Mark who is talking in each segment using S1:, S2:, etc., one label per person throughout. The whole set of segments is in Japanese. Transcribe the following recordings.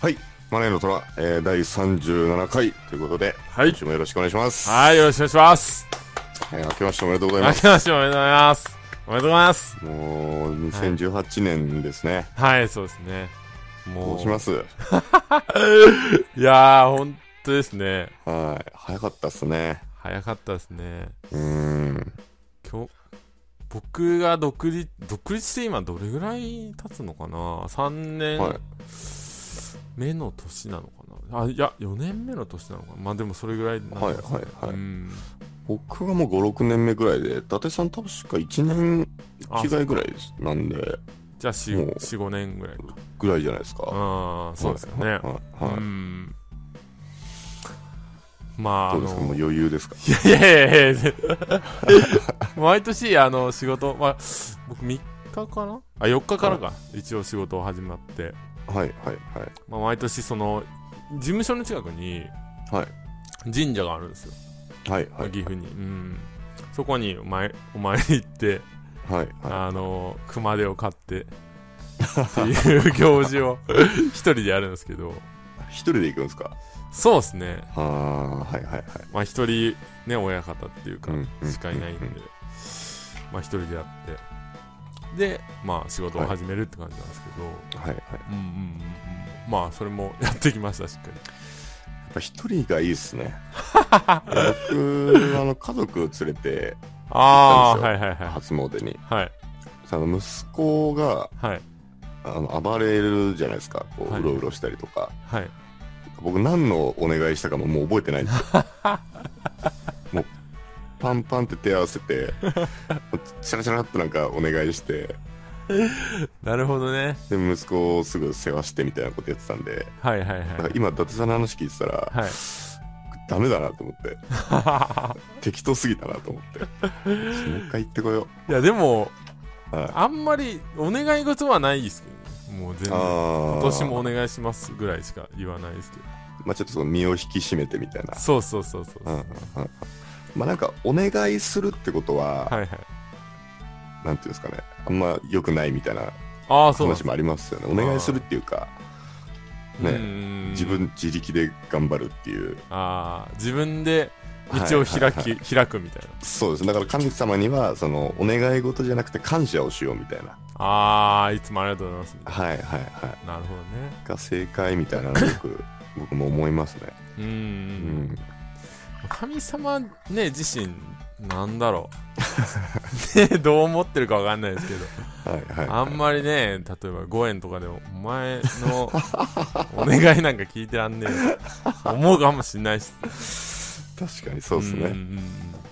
S1: はい。マネーの虎、えー、第37回ということで、
S2: はい
S1: 今週もよろしくお願いします。
S2: はい、よろしくお願いします。
S1: えー明けましておめでとうござい
S2: 明
S1: ます。
S2: けましておめでとうございます。おめでとうございます。
S1: もう、2018年ですね。
S2: はい、そうですね。も
S1: ど
S2: う。
S1: うします
S2: いやー、本当ですね。
S1: はい。早かったっすね。
S2: 早かったですね。
S1: うーん。
S2: 今日、僕が独立、独立して今どれぐらい経つのかな ?3
S1: はい
S2: 年目の年なのかな、あ、いや、4年目の年なのかなまあでもそれぐらいになりますね。
S1: はいはいはい
S2: うん。
S1: 僕はもう5、6年目ぐらいで、伊達さん確か1年
S2: あ
S1: 違いぐらいですなんで、
S2: じゃあ4、
S1: もう
S2: 4 5年ぐらいか。
S1: ぐらいじゃないですか。
S2: ああ、そうですよね。
S1: はい。はいは
S2: う
S1: い
S2: ん。まあ、
S1: どうですかもう余裕ですか
S2: いやいやいや いや毎年、あの、仕事、まあ、僕3日かなあ、4日からか。一応仕事を始まって。
S1: はいはい
S2: まあ、毎年、その、事務所の近くに、
S1: はい
S2: 神社があるんですよ。
S1: はい。はいはい。
S2: 岐阜に。うん。そこにお前、お前行って、
S1: はいは
S2: あの、熊手を買って、っていう行事を一人でやるんですけど、
S1: い。一人で行くんですか
S2: そうですね。
S1: ああ、はいはいはい。
S2: まあ一人ね親方っていうか
S1: うんうん
S2: しかいないんで、
S1: うんうん
S2: まあ一人でやってでまあ仕事を始めるって感じなんですけど、
S1: はいはい。
S2: うんうんうんうんまあそれも やってきましたしっかり
S1: やっぱ一人がいいっす ね。僕、あの、家族連れて、
S2: ああ
S1: 行った
S2: はいはいはい
S1: 初詣に。
S2: はい
S1: あの、息子が、
S2: はい
S1: あの、暴れるじゃないですか。こう、
S2: はいう
S1: ろうろしたりとか。
S2: はい
S1: 僕、何のお願いしたかももう覚えてないんですよ。 もう、パンパンって手合わせて、チャラチャラっとなんかお願いして、
S2: なるほどね
S1: で、息子をすぐ世話してみたいなことやってたんで、
S2: はいはいはい
S1: だから今、伊達さんの話聞いてたら、
S2: はい
S1: ダメだなと思って、適当すぎたなと思 って、もう一回行ってこよ
S2: いやでも
S1: う。はい
S2: あんまりお願い事はないですけどねもう全然
S1: 今
S2: 今年もお願いしますぐらいしか言わないですけど
S1: まあ、ちょっとその身を引き締めてみたいな、
S2: そうそうそうそう、
S1: うんうんうん、まあなんかお願いするってことは、
S2: はいはい
S1: なんていうんですかねあんま良くないみたいな
S2: ああそうなん
S1: 話
S2: です
S1: もありますよねお願いするっていうかね
S2: ね
S1: 自分自力で頑張るっていう
S2: ああ自分で道を開
S1: はいはい
S2: き開くみたいな
S1: そうですねだから神様にはそのお願い事じゃなくて感謝をしようみたいな
S2: ああいつもありがとうございますみたい
S1: はいはいは
S2: ななるほどね
S1: いが正解みたいなのよ く僕も思いますね
S2: う
S1: うんん
S2: 神様ね自身なんだろう ねどう思ってるかわかんないですけど
S1: はいはい
S2: あんまりね例えば5円とかでもお前のお願いなんか聞いてらんねえよ思うかもしんないし
S1: 確かにそうです
S2: んん
S1: ね
S2: ん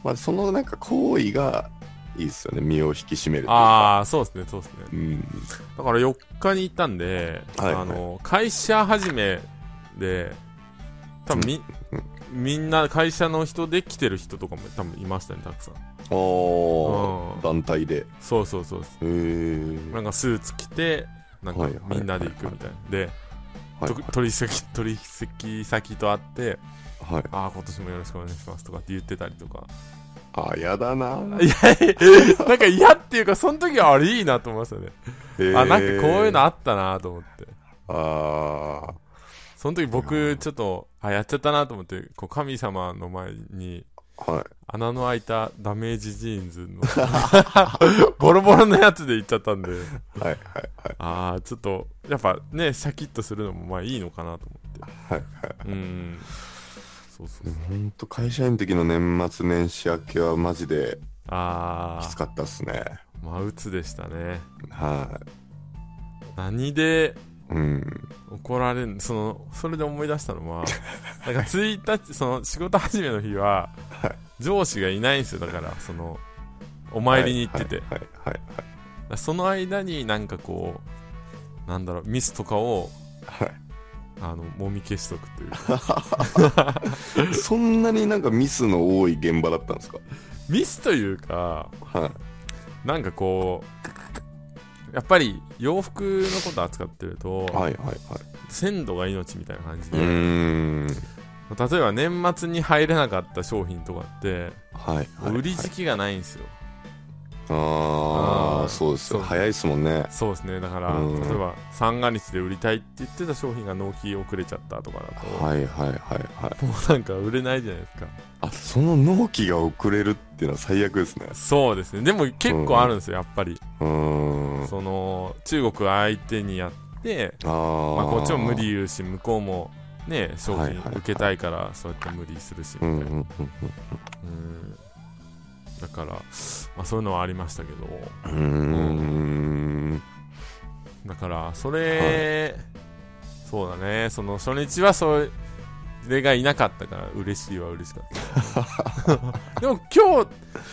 S1: まあそのなんか行為がいいですよね身を引き締めるというか
S2: ああそうですねそうですね
S1: うん
S2: だから4日に行ったんで、
S1: はい
S2: あの会社始めで、多分み、みんな会社の人で来てる人とかも多分いましたね、たくさん。
S1: お
S2: うん
S1: ー団体でへ
S2: そうそうそうそ
S1: え
S2: う。なんかスーツ着て、なんか
S1: はいはいはい
S2: みんなで行くみたいな。で、
S1: はい
S2: と取引先、取引先と会って、
S1: はい
S2: ああ、今年もよろしくお願いしますとかって言ってたりとか。
S1: あやだなあ
S2: いや、なんか嫌っていうか、その時はあれいいなと思いましたね。あ、なんかこういうのあったなと思って。
S1: あー
S2: その時僕、ちょっと、あ、やっちゃったなと思って、こう、神様の前に、
S1: はい
S2: 穴の開いたダメージジーンズの、ボロボロのや つで行っちゃったんで、
S1: はいはい
S2: ああ、ちょっと、やっぱね、シャキッとするのも、まあいいのかなと思って。
S1: はいはい
S2: うん。そうそうそう。
S1: 本当会社員の時の年末年始明けはマジで
S2: あ
S1: きつかったっすね
S2: あ、まあ、鬱でしたね。
S1: は
S2: 何で
S1: いうん
S2: 怒られるその、それで思い出したのは、なんか1日、その、仕事始めの日は、上司がいないんですよ、だから、その、お参りに行ってて。
S1: はいはい
S2: だからその間になんかこうなんだろうミスとかを
S1: はい、は
S2: あのもみ消しとくと いうか
S1: い、 そんなになんかミスの多い現場だったんですか
S2: ミスというか
S1: はい
S2: なんかこうやっぱり洋服のこと扱ってると、
S1: はいはいはい。
S2: 鮮度が命みたいな感じ
S1: う
S2: で、
S1: ーん。
S2: 例えば年末に入れなかった商品とかって、
S1: はいはい、はい。
S2: 売り時期がないんですよ、
S1: あ
S2: あー
S1: あ、そうですよ。
S2: そう
S1: 早いですもんね。
S2: そうですねだから、
S1: うん
S2: 例えば三が日で売りたいって言ってた商品が納期遅れちゃったとかだと、
S1: はいはいはいはい。
S2: も うなんか売れないじゃないですか
S1: あ、その納期が遅れるっていうのは最悪ですね。
S2: そうですねでも結構あるんですよやっぱり、
S1: うーん。
S2: その中国相手にやって、
S1: あー、
S2: まあ、こっちも無理言うし向こうもね商
S1: はい
S2: 品
S1: はいはい
S2: 受けたいからそうやって無理するしみた
S1: う
S2: い
S1: んう
S2: なん
S1: うん
S2: うんだから、まあ、そういうのはありましたけど
S1: うん。うーん。
S2: だからそれ、そうだねその初日はそれがいなかったから嬉しいは嬉しか ったでも今日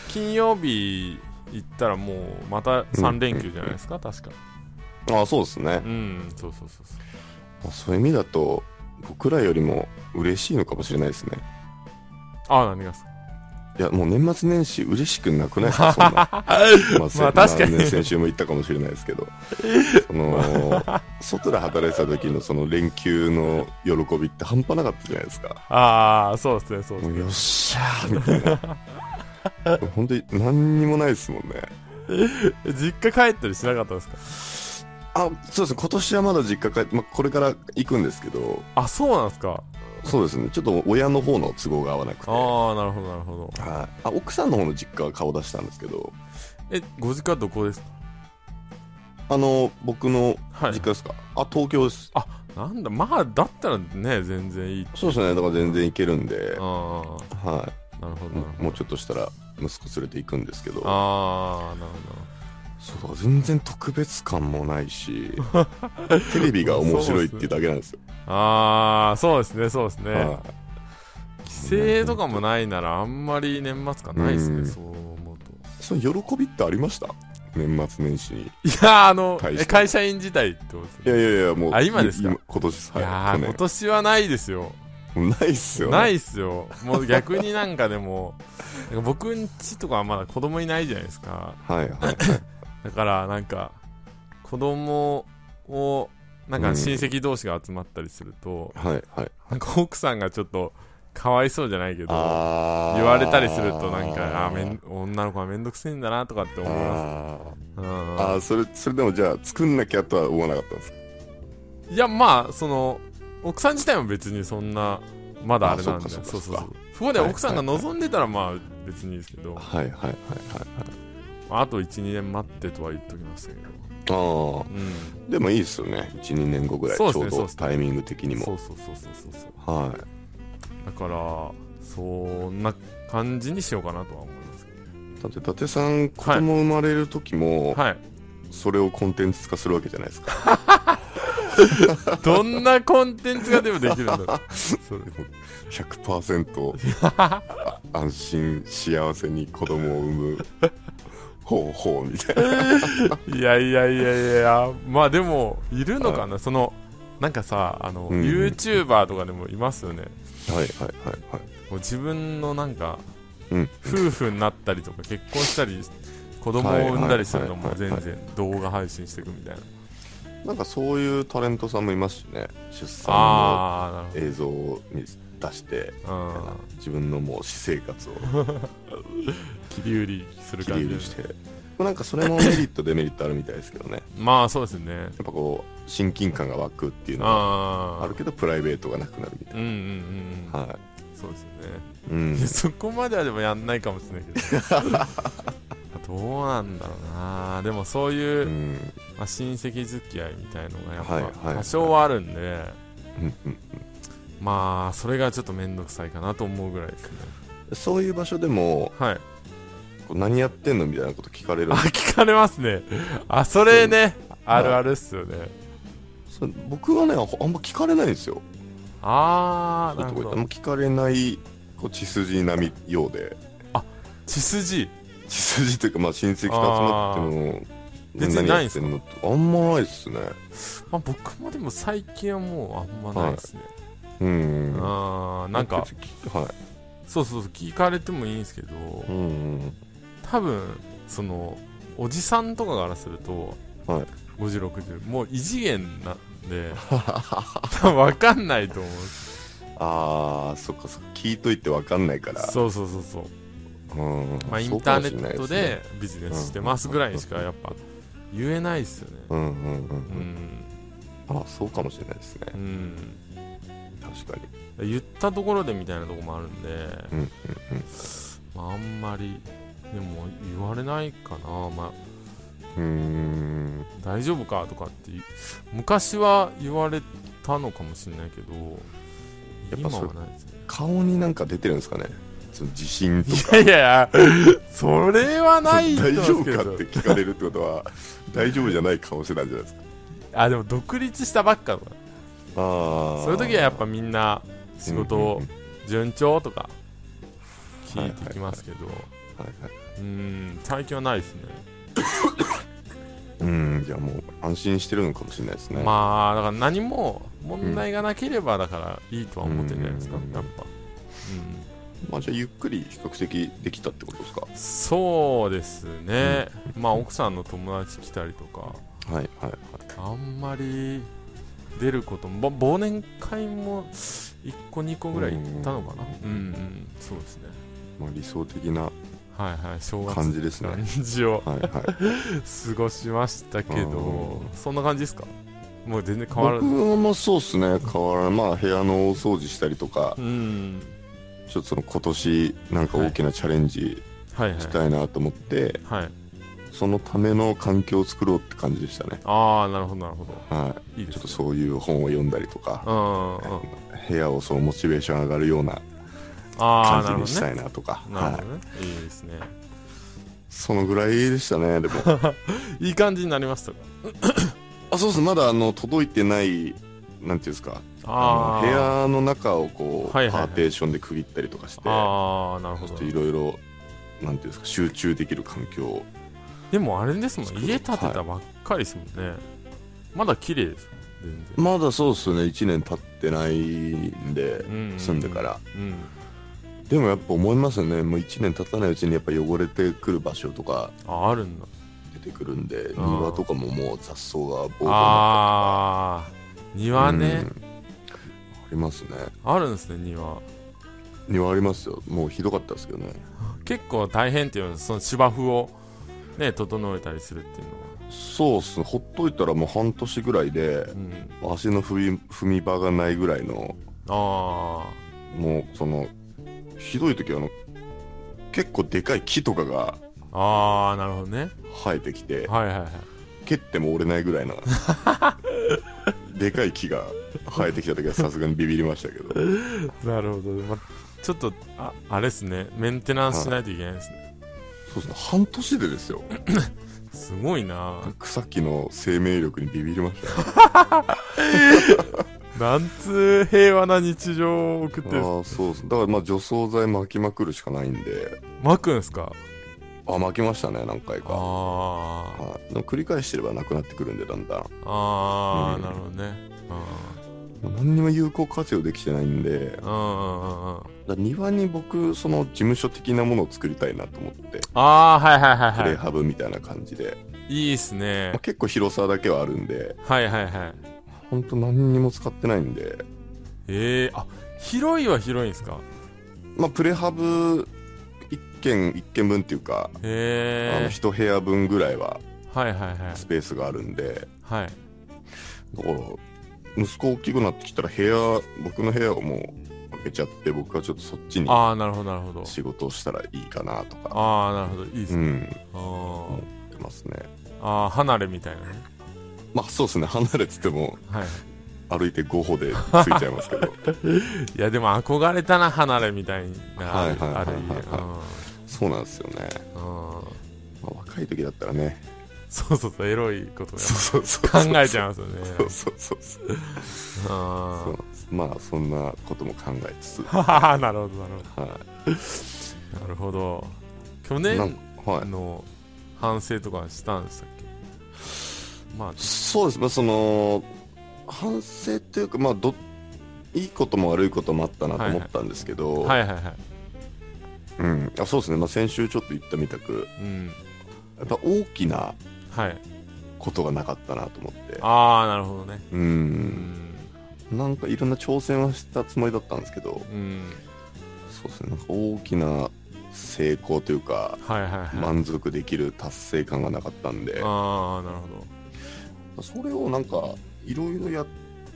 S2: 金曜日行ったらもうまた3連休じゃないですか、確か
S1: あそうですね
S2: う。んそうそうそうそう
S1: まあそういう意味だと、僕らよりも嬉しいのかもしれないですね。
S2: ああ何がですか
S1: いや、もう年末年始嬉しくなくないですか、そんな。 まあ、せ
S2: まあ確かに
S1: まあね先週も言ったかもしれないですけど、そ の、外で働いてた時のその連休の喜びって半端なかったじゃないですか。
S2: ああそうですねそうです
S1: も
S2: ね
S1: うよっしゃーみたいな。本当に何にもないですもんね。
S2: 実家帰ったりしなかったですか
S1: あ、そうですね、今年はまだ実家帰って、まあ、これから行くんですけど、
S2: あそうなんですか
S1: そうですね、ちょっと親の方の都合が合わなくて。はい
S2: ああなるほどなるほど
S1: あ奥さんの方の実家は顔出したんですけど、
S2: えご実家どこですか
S1: あの、僕の
S2: はい
S1: 実家ですか、あ、東京です。
S2: なんだまあだったらね全然いい
S1: そうですね、だから全然行けるんで、
S2: ああ
S1: はい。
S2: なるほどなるほど
S1: もうちょっとしたら息子連れて行くんですけど
S2: ああなるほ
S1: そ
S2: ど
S1: うだ全然特別感もない しテレビが面白いっていうだけなんですよ
S2: ああそうですねそうですね、
S1: は
S2: 規制とかもないならあんまり年末感ないですね、
S1: うん
S2: そう思うと
S1: いその喜びってありました年末年始にい
S2: いやーあの
S1: 大した
S2: え会社員時代ってことですね
S1: やいやいやもう
S2: あ今ですか
S1: い今年です
S2: いや
S1: は
S2: ー
S1: い
S2: 今年はないですよ
S1: 去年もうないっすよ、ね、
S2: ないっすよもう逆になんかでもなんか僕んちとかはまだ子供いないじゃないですか
S1: はいはい
S2: だからなんか子供をなんか親戚同士が集まったりすると、
S1: はい はい
S2: なんか奥さんがちょっとかわいそうじゃないけど
S1: あー
S2: 言われたりするとなんかあーめん女の子はめんどくせえんだなとかって思いま
S1: あー
S2: すうん
S1: あーそれそれでもじゃあ作んなきゃとは思わなかったんですか
S2: いやまあその奥さん自体も別にそんなまだあれなんで
S1: あそうか
S2: そ
S1: そううかそ
S2: そうそ
S1: うう
S2: そこで奥さんが
S1: はいはいはい
S2: 望んでたらまあ別にいいですけど、
S1: はいはいはいはい
S2: まあ、あと12年待ってとは言っときましたけど、
S1: あ
S2: うん、
S1: あでもいいっすよね12年後ぐらいち
S2: そ
S1: ょ
S2: うですね
S1: う
S2: そう
S1: ど
S2: ですね
S1: タイミング的に
S2: そ
S1: も
S2: うそうそうそうそうそう
S1: はい
S2: だからそんな感じにしようかなとは思います
S1: だ
S2: け
S1: って伊達さん子供生まれる時も、
S2: どはい
S1: それをコンテンツ化するわけじゃないですか
S2: どんなコンテンツがでもできるん だろうそれ
S1: 100%あ安心幸せに子供を産 む方法みたいない
S2: やいやいやいや、まあでも、いるのかな、その、なんかさ、あの、
S1: うん
S2: YouTuber とかでもいますよね。
S1: はいはいはいはい
S2: こう自分のなんか、
S1: うん
S2: 夫婦になったりとか、結婚したり、子供を産んだりするの
S1: はい
S2: も
S1: はい
S2: 全
S1: はいはい
S2: 然動画配信していくみたいな。
S1: なんかそういうタレントさんもいますしね出産の
S2: ああ、なる
S1: 映像を見出して
S2: ほど。うん。
S1: 自分のもう私生活 を
S2: 切り売りする
S1: 切り
S2: 感
S1: 売
S2: じ
S1: りしてなんかそれもメリットデメリットあるみたいですけどねやっ
S2: まあそうですね。
S1: ぱこう親近感が湧くっていうのは
S2: ああ。
S1: あるけどプライベートがなくなるみたい
S2: うんうんうんうん。
S1: なはい
S2: そうですよね。
S1: うん
S2: いやそこまではでもやんないかもしれないけ どどうなんだろうなでもそういう、
S1: うん
S2: まあ、親戚付き合いみたいのがやっ
S1: はいはい
S2: ぱ
S1: はい
S2: 多少はあるんで、
S1: うんうん
S2: まあそれがちょっと面倒くさいかなと思うぐらいですね
S1: そういう場所でも
S2: はい
S1: こう何やってんのみたいなこと聞かれる
S2: あ
S1: んです
S2: 聞かれますねあそれねあるあるっすよね、
S1: それ僕はねああんま聞かれないんですよ
S2: あ
S1: そう
S2: あ
S1: い
S2: な
S1: う
S2: る
S1: とこ行
S2: ほ
S1: ってあん
S2: ど
S1: ま聞かれないこう血筋並みようで
S2: 血筋
S1: 血筋というかまあ親戚と集まっても
S2: 別にないんすか
S1: 何やってのあんまないっすね
S2: まあ僕もでも最近はもうあんまないですね、
S1: うん
S2: あーなんか
S1: 別に聞はい
S2: そうそうそう聞かれてもいいんですけど、
S1: うんうん
S2: 多分そのおじさんとかからすると
S1: はい
S2: 50、60もう異次元なん でわかんないと思う
S1: ああそっかそっか聞いといてわかんないから
S2: そうそうそうそう
S1: うん
S2: まあ、イ
S1: そ
S2: ン
S1: うか
S2: ター
S1: も
S2: ネ
S1: しれない
S2: ット
S1: すね
S2: でビジネスしてますぐらいにしかやっぱ言えないですよね
S1: うんうんう
S2: うんん
S1: うんあそうかもしれないですね
S2: うん
S1: 確かに
S2: 言ったところでみたいなとこもあるんで、
S1: うんうん
S2: まあ、あんまりでも言われないかな、まあ、
S1: うん
S2: 大丈夫かとかってい昔は言われたのかもしれないけど
S1: やっ
S2: 今
S1: ぱそれ
S2: はないですね
S1: 顔になんか出てるんですかねその自信とか
S2: いやいやそれはないと
S1: 大
S2: 思うんで
S1: 丈
S2: す
S1: 夫
S2: け
S1: かっ
S2: ど
S1: て聞かれるってことは大丈夫じゃない顔してたんじゃないですか
S2: あでも独立したばっかとか
S1: ああ
S2: そういう時はやっぱみんな仕事を順調とか聞いてきますけど、
S1: はいはい
S2: うん最近はないですね
S1: うんじゃあもう安心してるのかもしれないですね
S2: まあだから何も問題がなければだからいいとは思ってるんじゃないですか、
S1: うん
S2: やっぱ、
S1: まあじゃあゆっくり比較的できたってことですか
S2: うん、そうですね、まあ奥さんの友達来たりとか
S1: はいはい
S2: あんまり出ることもぼ忘年会も1個2個ぐらい行ったのかなうん、うんそうですね
S1: まあ理想的な
S2: はいはい正月
S1: 感じですね
S2: 感じを
S1: はいはい
S2: 過ごしましたけど
S1: う
S2: そんな感じですかもう全然 変わら
S1: 僕
S2: ず
S1: もそうですね変わらないまあ部屋のお掃除したりとか
S2: うん
S1: ちょっとその今年なんか大きなチャレンジ
S2: はいはい
S1: したいなと思って、
S2: はい
S1: そのための環境を作ろうって感じでしたね
S2: ああなるほどなるほど
S1: はい
S2: いで
S1: いちょっと
S2: すね
S1: そういう本を読んだりとか
S2: うんうんうん
S1: 部屋をそのモチベーション上がるような
S2: あ
S1: 感
S2: あな
S1: じ
S2: るほ
S1: にし
S2: ど
S1: た
S2: ね
S1: いなとか
S2: なる
S1: は
S2: ほどねいいですね
S1: い、そのぐらいでしたねでも
S2: いい感じになりましたか
S1: あそうですまだあの届いてないなんていうんですか
S2: あ
S1: あの
S2: あ
S1: 部屋の中をこう、
S2: はいはいはい
S1: パーテーションで区切ったりとかして
S2: ああなるほ
S1: ちょ
S2: ど
S1: っといろいろなんていうんですか集中できる環境を
S2: でもあれですもん
S1: 作る
S2: 家建てたばっかりですもんねまだ綺麗ですもん全然
S1: まだそうですね1年経ってないんで
S2: うん
S1: 住んでから
S2: うん
S1: でもやっぱ思いますよねもう1年経たないうちにやっぱ汚れてくる場所とか
S2: ああるんだ
S1: 出てくるんで
S2: ん
S1: 庭とかももう雑草がボーボーあ
S2: ああ庭ね
S1: ありますね
S2: あるんですね庭
S1: 庭ありますよもうひどかったですけどね
S2: 結構大変っていうのはその芝生をね整えたりするっていうのは
S1: そうっすねほっといたらもう半年ぐらいで
S2: うん
S1: 足の踏み踏み場がないぐらいの
S2: ああ
S1: もうそのひどい時はあの結構でかい木とかが
S2: ああなるほどね
S1: 生えてきて
S2: はいはいはい
S1: 蹴っても折れないぐらいなでかい木が生えてきた時はさすがにビビりましたけど
S2: なるほど、ま、ちょっとああれですねメンテナンスしないといけないですね
S1: そうですね半年でです よ
S2: すごいな
S1: 草木の生命力にビビりましたよ
S2: なんつう平和な日常を送ってるんです
S1: ああそうですだからまあ除草剤巻きまくるしかないんで
S2: 巻くんすか
S1: あ巻きましたね何回
S2: あ
S1: か
S2: ー
S1: はいでも繰り返してればなくなってくるんでだんだんも
S2: あー、
S1: うん
S2: なるほどね
S1: う何にも有効活用できてないんで
S2: うんうんうんうんうん
S1: だから庭に僕その事務所的なものを作りたいなと思って
S2: ああーはいはい
S1: プ
S2: はい
S1: レ
S2: は
S1: ハブみたいな感じで、
S2: いいいっすね
S1: まあ、結構広さだけはあるんで
S2: はいはいはい
S1: 本当何にも使ってないんで
S2: ええあ広いは広いんですか
S1: まあプレハブ1軒1軒分っていうか、あの
S2: へえ
S1: 1部屋分ぐらいは
S2: はいはいはい
S1: スペースがあるんで
S2: はい
S1: だから息子大きくなってきたら部屋僕の部屋をもう開けちゃって僕はちょっとそっちに
S2: ああなるほどなるほど
S1: 仕事をしたらいいかなとか
S2: ああなるほどいいです
S1: う
S2: ね、
S1: ん
S2: あー
S1: 思ってますね
S2: あー離れみたいなね
S1: まあそうですね離れてても
S2: はい
S1: 歩いて5歩で着いちゃいますけ ど
S2: いやでも憧れたな離れみたいなあ
S1: はいは
S2: る
S1: いはいはい
S2: ある
S1: そうなんですよね、
S2: 家うんうん
S1: まあ若い時だったらね
S2: そうそうそうエロいことやっ
S1: そうそう
S2: ぱ考え
S1: ゃ
S2: ちゃいますよね
S1: そうそうそうそうそう
S2: あ
S1: なんですまあそんなことも考えつつ
S2: あ なるほどなるほ
S1: は
S2: どなるほど去
S1: いなん
S2: 年
S1: はい
S2: の反省とかしたんでしたっけまあ
S1: そうですまあその反省というかまあどいいことも悪いこともあったなと思ったんですけど、
S2: はいはいはい
S1: うん、あそうですね、まあ、先週ちょっと言ったみたく
S2: うん
S1: やっぱ大きな
S2: はい
S1: ことがなかったなと思って
S2: ああなるほどね
S1: う
S2: うんん
S1: なんかいろんな挑戦はしたつもりだったんですけど
S2: うん
S1: そうですねなんか大きな成功というか
S2: はいはいはい、
S1: 満足できる達成感がなかったんで
S2: ああなるほど
S1: それをなんかいろいろやっ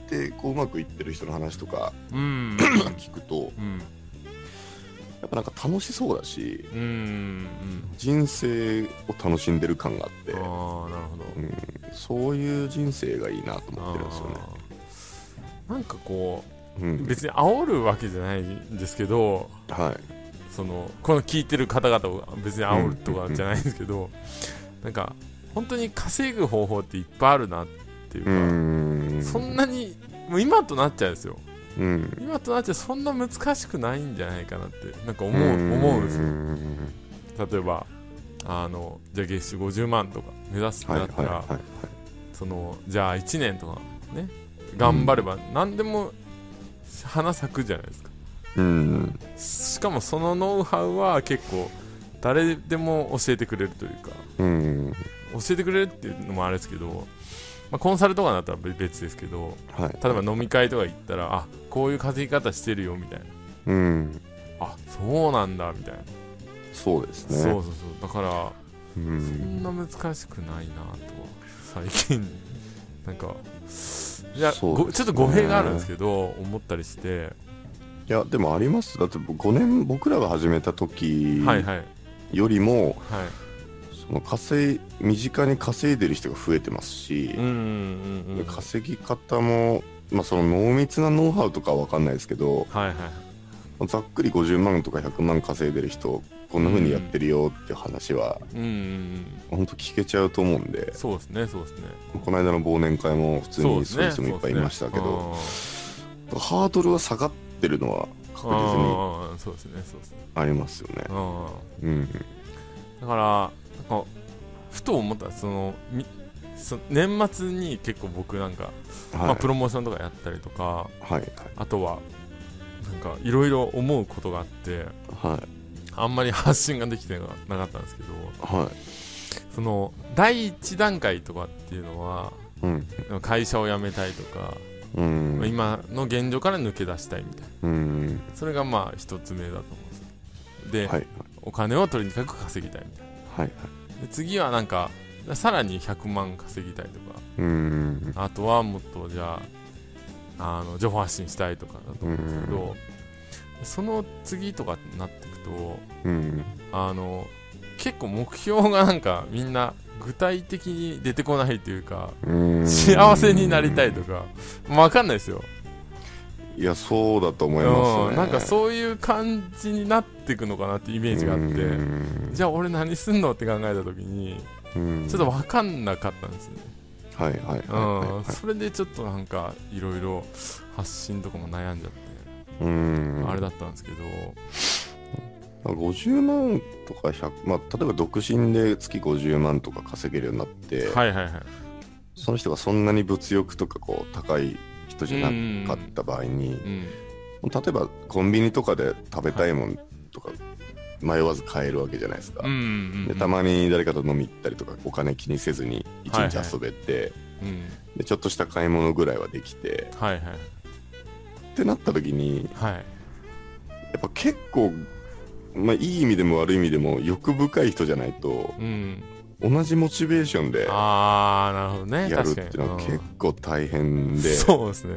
S1: てこううまくいってる人の話とか
S2: うん
S1: 聞くと
S2: うん
S1: やっぱなんか楽しそうだし
S2: うんうん
S1: 人生を楽しんでる感があって
S2: ああなるほど
S1: そういう人生がいいなと思
S2: あ
S1: ってるんですよね
S2: ーなんかこ
S1: う
S2: うん別に煽るわけじゃないんですけど
S1: はい
S2: そのこの聞いてる方々を別に煽るとかじゃないんですけどなんか本当に稼ぐ方法っていっぱいあるなっていう
S1: う
S2: か、
S1: ーん
S2: そんなにもう今となっちゃうんですよ
S1: うん
S2: 今となっちゃそんな難しくないんじゃないかなってなんか思う
S1: ーん
S2: 思うんですよ例えばあのじゃあ月収50万とか目指すって
S1: はい
S2: な
S1: は
S2: っ
S1: い
S2: たら、
S1: はいはい
S2: そのじゃあ1年とかね頑張れば何でも花咲くじゃないですか
S1: うん
S2: しかもそのノウハウは結構誰でも教えてくれるというか
S1: うん
S2: 教えてくれるっていうのもあれですけど、まあ、コンサルとかだったら別ですけど
S1: はい
S2: 例えば飲み会とか行ったらあこういう稼ぎ方してるよみたいな
S1: うん
S2: あそうなんだみたいな、
S1: そうですね
S2: そうそうそうだから
S1: う
S2: そん
S1: ん
S2: な難しくないなと最近なんかいや、
S1: そう
S2: ご
S1: ですね
S2: ちょっと語弊があるんですけど思ったりして
S1: いやでもありますだって5年僕らが始めた時
S2: はいはいはい
S1: よりも、その稼い身近に稼いでる人が増えてますし、
S2: うんうんうんうんはい
S1: 稼ぎ方も、まあ、その濃密なノウハウとかは分かんないですけど
S2: はい
S1: ざっくり50万とか100万稼いでる人こんな風にやってるよっていう話は、
S2: うんうんうん
S1: ほん、本当聞けちゃうと思うんで
S2: そうですねそうですね
S1: この間の忘年会も普通
S2: そう
S1: に
S2: です
S1: そうい
S2: ね
S1: う人もいっぱいいましたけど、ハードルは下がってるのは確
S2: そうですね
S1: 実に
S2: あーあーそうですねそうですね
S1: ありますよね。
S2: あ
S1: うん、
S2: ーだからなんかふと思ったそのみそ年末に結構僕なんか、
S1: はい、
S2: まあ、プロモーションとかやったりとか
S1: はい
S2: あとはなんかいろいろ思うことがあって
S1: はい
S2: あんまり発信ができてなかったんですけど
S1: はいはい
S2: その第一段階とかっていうのは
S1: うん
S2: 会社を辞めたいとか、
S1: うんうん
S2: 今の現状から抜け出したいみたい
S1: うん
S2: なそれがまあ一つ目だと思うんですよで、
S1: はい
S2: お金をとにかく稼ぎたいみたい
S1: はいはい
S2: なで次はなんかさらに100万稼ぎたいとか
S1: うん
S2: あとはもっとじゃああの情報発信したいとかだと思うんですけど、その次とかってなっていくと
S1: うん
S2: あの結構目標がなんかみんな具体的に出てこないというか
S1: うん
S2: 幸せになりたいとかわかんないですよ、
S1: いやそうだと思います
S2: う
S1: ね
S2: ん、なんかそういう感じになっていくのかなってイ
S1: う
S2: メージがあって
S1: ん
S2: じゃあ俺何すんのって考えた時に
S1: うん
S2: ちょっとわかんなかったんですね、
S1: はいはいはい
S2: うん、
S1: は
S2: それでちょっとなんかいろいろ発信とかも悩んじゃって
S1: いうん
S2: あれだったんですけど
S1: 50万とか100まあ例えば独身で月50万とか稼げるようになって
S2: はいはいはい
S1: その人がそんなに物欲とかこう高い人じゃなかった場合に
S2: うん
S1: 例えばコンビニとかで食べたいもんとか迷わず買えるわけじゃないですか
S2: うんうん
S1: でたまに誰かと飲み行ったりとかお金気にせずに一日遊べて
S2: うん
S1: でちょっとした買い物ぐらいはできて
S2: はいは
S1: っ
S2: い
S1: てなった時に
S2: はい
S1: やっぱ結構、まあ、いい意味でも悪い意味でも欲深い人じゃないと
S2: うん
S1: 同じモチベーションで
S2: ああなるほどね
S1: やるっ
S2: 確
S1: て
S2: か
S1: いう
S2: に
S1: のは
S2: うん
S1: 結構大変でそ
S2: そうですね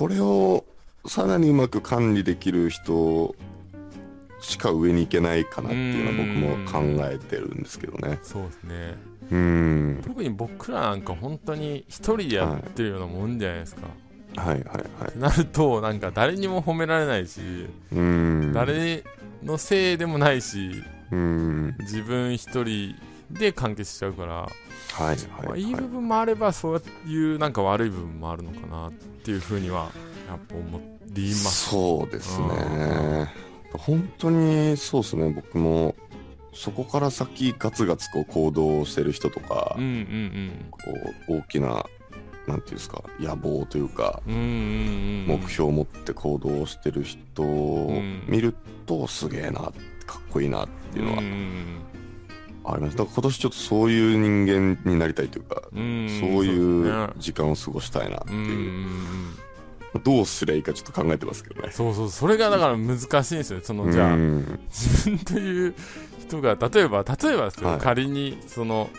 S2: うん
S1: れをさらにうまく管理できる人しか上に行けないかなっていうのは僕も考えてるんですけどね
S2: そうですね
S1: うん
S2: 特に僕らなんか本当に一人でやってるようなもんじゃないですか、
S1: はいはいは
S2: ってなるとなんか誰にも褒められないし、
S1: いうん
S2: 誰のせいでもないし
S1: うん
S2: 自分一人で完結しちゃうから、
S1: はい
S2: まあ、
S1: はい
S2: いい
S1: は
S2: 部
S1: い
S2: 分もあればそういうなんか悪い部分もあるのかなっていうふうにはやっぱ思います
S1: そうですね本当にそうですね僕もそこから先ガツガツこう行動してる人とか、
S2: うんうん
S1: こう大きななんていうんですか野望というか
S2: うんうんうんうん
S1: 目標を持って行動してる人を見るとすげえなかっこいいなっていうのは
S2: うんうんうん
S1: ありますだから今年ちょっとそういう人間になりたいというか、
S2: うん
S1: そうい
S2: そう
S1: う時間を過ごしたいなって
S2: うんう
S1: い
S2: ん
S1: う、
S2: うん
S1: どうすりゃいいかちょっと考えてますけどね。
S2: そうそうそれがだから難しいんですよそのじゃあ
S1: うん
S2: 自分という人が例えば例えばですよ、
S1: はい
S2: 仮にその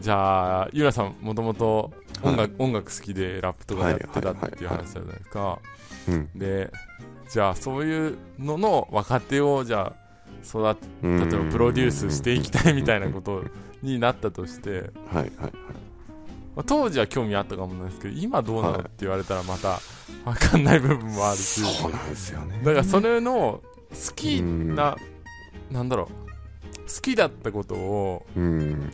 S2: じゃあゆらさんもともと音楽、音楽好きでラップとかやってたっていう話じゃないですか、
S1: うん
S2: でじゃあそういうのの若手をじゃあ育て
S1: うん
S2: 例えばプロデュースしていきたいみたいなことになったとして、
S1: はいはいはい
S2: まあ当時は興味あったかもなんですけど今どうなのって言われたらまた分かんない部分もあるし
S1: そうなんですよね
S2: だからそれの好き
S1: うん
S2: な、なんだろう好きだったことを
S1: うん